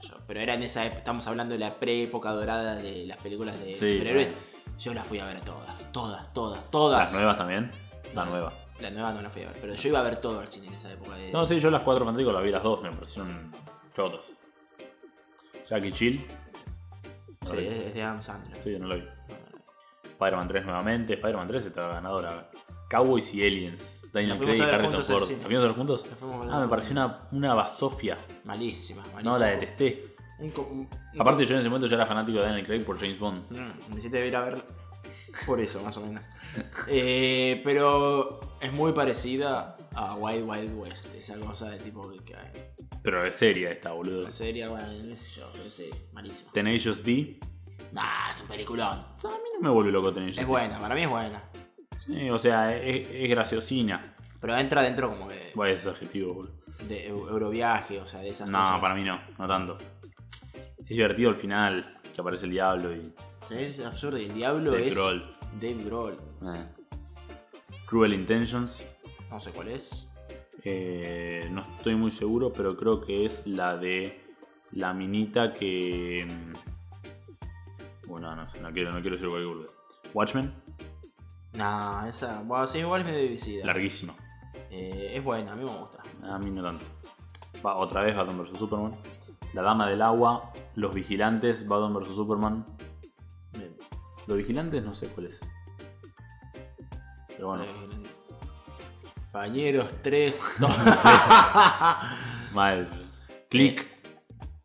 Yo- pero era en esa época. Estamos hablando de la pre-época dorada de las películas de
Sí,
superhéroes.
bueno.
Yo las fui a ver todas. Todas, todas, todas.
¿Las nuevas también? La
No,
nueva.
La nueva no la fui a ver. Pero yo iba a ver todo al cine en esa época. De...
No, sí, yo las cuatro fantásticos las vi las dos, me parecieron chotas. Jackie Chill,
Sí,
horrible.
es es de Adam Sandler.
sí, no la vi. Spider-Man 3 nuevamente, Spider-Man 3 está ganadora. Cowboys y Aliens, Daniel
La fuimos
Craig y
a ver
Harrison
juntos al
Ford.
cine.
¿La vimos a ver juntos?
La fuimos a ver
Ah, me
juntos.
pareció una, una basofia.
Malísima, malísima.
No, la detesté.
Un co- un- un
Aparte, yo en ese momento ya era fanático de Daniel Craig por James Bond.
Mm, Me hiciste ir a verla. Por eso, más o menos. Eh, pero es muy parecida a Wild Wild West. Esa cosa de tipo que, que hay.
Pero es seria esta, boludo.
La serie, bueno, no sé yo, pero sí, malísimo.
Tenacious D.
Nah, es un peliculón.
A mí no me vuelve loco Tenacious
Es
D.
buena, para mí es buena.
Sí, o sea, es, es graciosina.
Pero entra dentro como de,
Vaya, es adjetivo, boludo.
de eu- Euroviaje, o sea, de esas
No,
cosas.
para mí no, no tanto. Es divertido al final, que aparece el diablo y.
Sí, Es absurdo. Y el diablo
Dave
es. Eh.
Grohl.
Dave Grohl.
Eh. Cruel Intentions.
No sé cuál es.
Eh, no estoy muy seguro, pero creo que es la de la minita que. mm, Bueno, no sé, no quiero, no quiero decir cualquier boludez. Watchmen,
Nah, esa. Bueno, sí, igual es medio divisida.
larguísimo.
Eh, es buena, a mí me gusta.
A mí no tanto. Va, otra vez Batman vs Superman. La Dama del Agua, Los Vigilantes, Batman vs Superman.
Bien.
Los Vigilantes no sé cuál es. Pero bueno,
Eh, Compañeros 3,
mal. Click.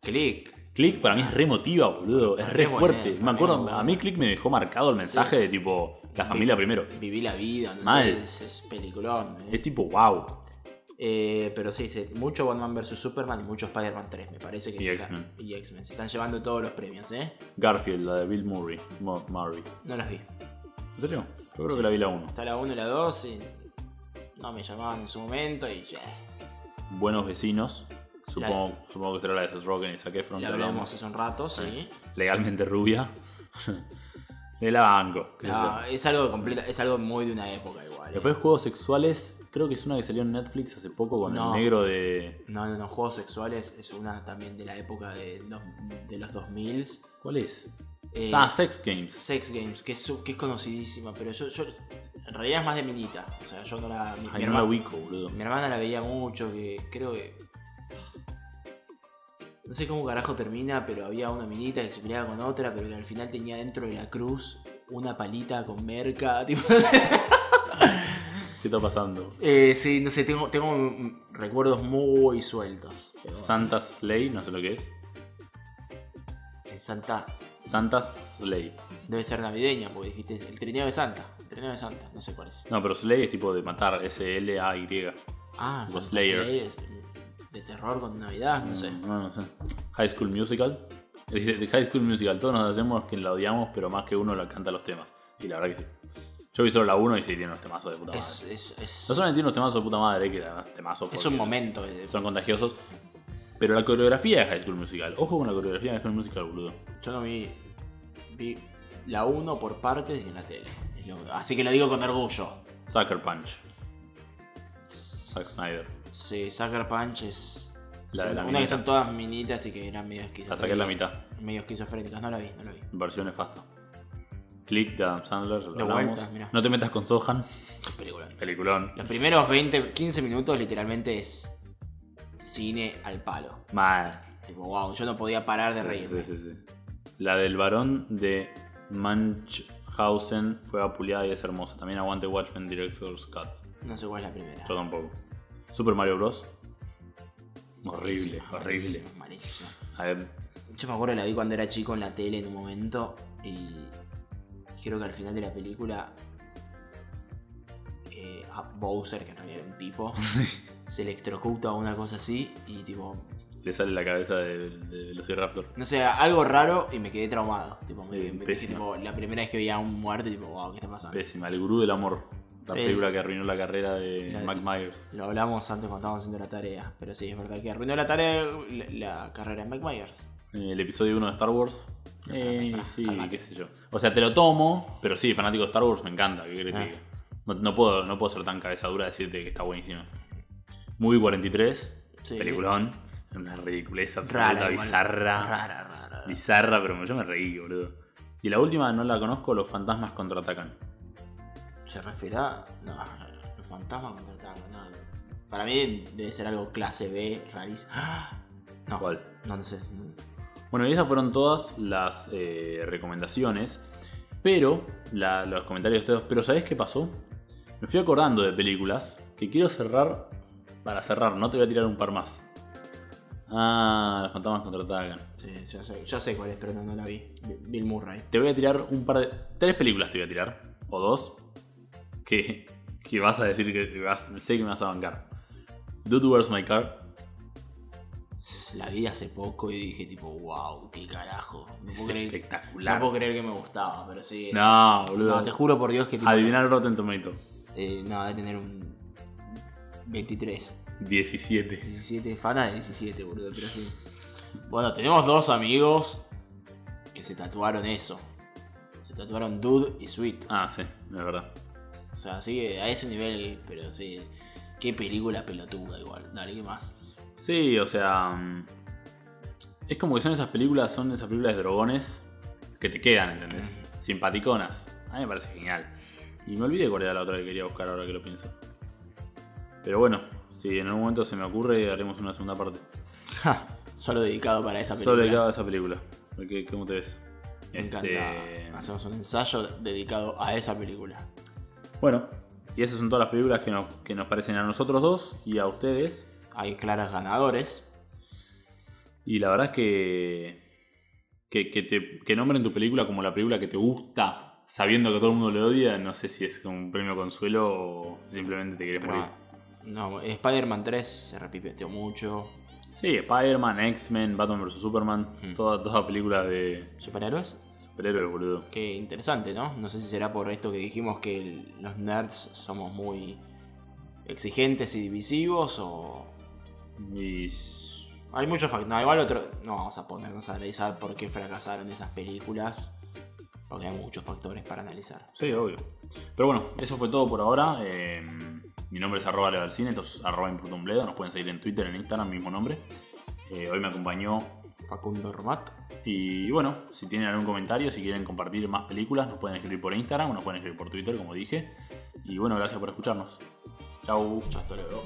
clic.
Click para mí es re emotiva, boludo. Es re
Es buena,
fuerte.
para
Me
mí es
acuerdo,
buena.
a mí Click me dejó marcado el mensaje de tipo, la familia primero.
Viví la vida, no
Mal.
sé, es, es peliculón. eh.
Es tipo, wow.
Eh, pero sí, sí, mucho Batman vs Superman y mucho Spider-Man 3, me parece que
Y
se
X-Men.
están- Y X-Men, se están llevando todos los premios, ¿eh?
Garfield, la de Bill Murray. Mo- Murray.
No los vi.
¿En serio? Yo creo que la vi la 1.
Está la 1 y la 2 y no me llamaban en su momento y ya.
Buenos vecinos. Supongo, supongo que será la de Seth Rogen y Zac Efron.
Lo
que hablamos.
hablamos hace un rato, sí.
legalmente rubia. De la banco. qué sé
No,
yo.
es algo completa, es algo muy de una época igual. eh.
Después juegos sexuales, creo que es una que salió en Netflix hace poco con
No.
el negro de...
No, no, no, juegos sexuales es una también de la época de, los- de los 2000
¿Cuál es?
eh,
ah, Sex Games.
Sex Games, que es, su- que es conocidísima, pero yo, yo- en realidad es más de minita. O sea, yo no la. Mi, mi
Ay, no la
herma-
ubico, boludo.
mi hermana la veía mucho, que creo que. No sé cómo carajo termina, pero había una minita que se peleaba con otra, pero que al final tenía dentro de la cruz una palita con merca. Tipo,
¿Qué está pasando?
Eh, sí, no sé, tengo, tengo mm, recuerdos muy sueltos. pero bueno.
Santa's Slay, no sé lo que es.
En Santa
Santa's Slay.
Debe ser navideña, porque dijiste el trineo de Santa. El trineo de Santa, no sé cuál es.
No, pero Slay es tipo de matar, S-L-A-Y.
Ah,
Los
Santa
Slayer.
Slay es de terror con Navidad, no sé.
Mm, No, no sé. High School Musical. Dice de High School Musical. Todos nos hacemos que la odiamos, pero más que uno la canta los temas. Y la verdad que sí. Yo vi solo la 1 y sí tiene unos temazos de puta madre.
Es, es, es,
No solamente tiene unos temazos de puta madre, que además temazos
es
porque
un momento. eh,
son contagiosos, pero la coreografía de High School Musical. Ojo con la coreografía de High School Musical, boludo.
Yo no vi, vi la 1 por partes y en la tele. Es lo- Así que lo digo con orgullo.
Sucker Punch. Zack Snyder.
Sí, Sucker Punch es.
La de la
una que
minita.
son todas minitas y que eran medio
La saqué en la
esquizofrénicas.
mitad.
Medio esquizofrénicas, no la vi, no la vi.
Versión nefasta. Click de Adam Sandler, lo
De
hablamos.
vuelta, mirá.
no te metas con Sohan.
Película.
Peliculón.
Los primeros 20, 15 minutos literalmente es cine al palo.
Mal.
Tipo, wow, yo no podía parar de reírme.
Sí, sí, sí. La del varón de Munchhausen fue apuleada y es hermosa. También aguante Watchmen Director's Cut.
No sé cuál es la primera.
Yo tampoco. Super Mario Bros. Horrible,
Malísima,
horrible.
malísima, malísima.
A ver,
Yo me acuerdo que la vi cuando era chico en la tele en un momento y creo que al final de la película eh, a Bowser, que en realidad era un tipo, se electrocuta o una cosa así y tipo,
le sale la cabeza de, de Velociraptor.
no sé, algo raro y me quedé traumado. Tipo,
Sí,
me- me dije,
pésima.
tipo, la primera vez que veía a un muerto, tipo, wow, ¿qué está pasando?
Pésima, el gurú del amor. La
Sí.
película que arruinó la carrera de
La de-
Mike Myers.
Lo hablamos antes cuando estábamos haciendo la tarea, pero sí, es verdad que arruinó la tarea la, la carrera de Mike Myers.
eh, el episodio 1 de Star Wars. Eh,
pará,
sí,
calmate.
qué sé yo. O sea, te lo tomo, pero sí, fanático de Star Wars me encanta. ¿qué querés que
Ah.
te diga? no, no puedo, no puedo ser tan cabezadura de decirte que está buenísimo. Movie 43,
Sí.
peliculón. Una ridiculeza absoluta,
Rara, igual.
bizarra.
Rara, rara, rara.
Bizarra, pero yo me reí, boludo. Y la última no la conozco, Los Fantasmas Contraatacan.
¿Se refiera? No, no, no, los fantasmas contra el tango, no. Para mí debe ser algo clase B, rarísimo. ¡Ah! No,
¿Cuál?
no, no sé. no.
Bueno, y esas fueron todas las eh, recomendaciones. Pero, la- los comentarios de ustedes. Pero, ¿sabés qué pasó? Me fui acordando de películas que quiero cerrar. Para cerrar, no te voy a tirar un par más. Ah, los fantasmas contraatacan.
Sí, ya sé, ya sé cuál es, pero no, no la vi. Bill Murray.
Te voy a tirar un par de. Tres películas te voy a tirar. O dos. Que, que vas a decir que que vas- sé que me vas a bancar. Dude, Where's My Car?
La vi hace poco y dije tipo, wow, qué carajo. No
Es
puedo creer, no
espectacular.
puedo creer que me gustaba, pero sí. es-
No, boludo.
No, te juro por Dios que tipo,
Adivinar Rotten Tomato.
eh, no, debe tener un 23.
17.
17, fana de 17, boludo, pero sí. Bueno, tenemos dos amigos que se tatuaron eso. Se tatuaron Dude y Sweet.
Ah, sí, es verdad.
O sea, sigue a ese nivel, pero sí. Qué película pelotuda igual. Dale, ¿qué más?
Sí, o sea. mm, Es como que son esas películas, son esas películas de drogones que te quedan, ¿entendés? Simpaticonas. A mí me parece genial. Y me olvidé cuál era la otra que quería buscar ahora que lo pienso. Pero bueno, si en algún momento se me ocurre, haremos una segunda parte.
Solo dedicado para esa película.
Solo dedicado a esa película. Porque, ¿Cómo te ves?
Me
Este,
encanta. Hacemos un ensayo dedicado a esa película.
Bueno, y esas son todas las películas que nos, que nos parecen a nosotros dos y a ustedes.
Hay claras ganadores.
Y la verdad es que. Que, que te, que nombren tu película como la película que te gusta, sabiendo que todo el mundo le odia, no sé si es como un premio consuelo o simplemente te quieres morir.
Pero, no, Spider-Man 3 se repipeteó mucho.
Sí, Spider-Man, X-Men, Batman vs. Superman,
Hmm.
todas todas películas de
¿Superhéroes?
superhéroes, boludo.
Qué interesante, ¿no? No sé si será por esto que dijimos que el- los nerds somos muy exigentes y divisivos o...
Y. s-
Hay muchos factores. No, igual otro... No vamos a ponernos a analizar por qué fracasaron esas películas. Porque hay muchos factores para analizar.
Sí, obvio. Pero bueno, eso fue todo por ahora. Eh, mi nombre es arroba Leo del Cine, esto es arroba Importa un Bledo. Nos pueden seguir en Twitter, en Instagram, mismo nombre. Eh, hoy me acompañó
Facundo Romat.
Y bueno, si tienen algún comentario, si quieren compartir más películas, nos pueden escribir por Instagram o nos pueden escribir por Twitter, como dije. Y bueno, gracias por escucharnos. Chau.
Ya, hasta luego.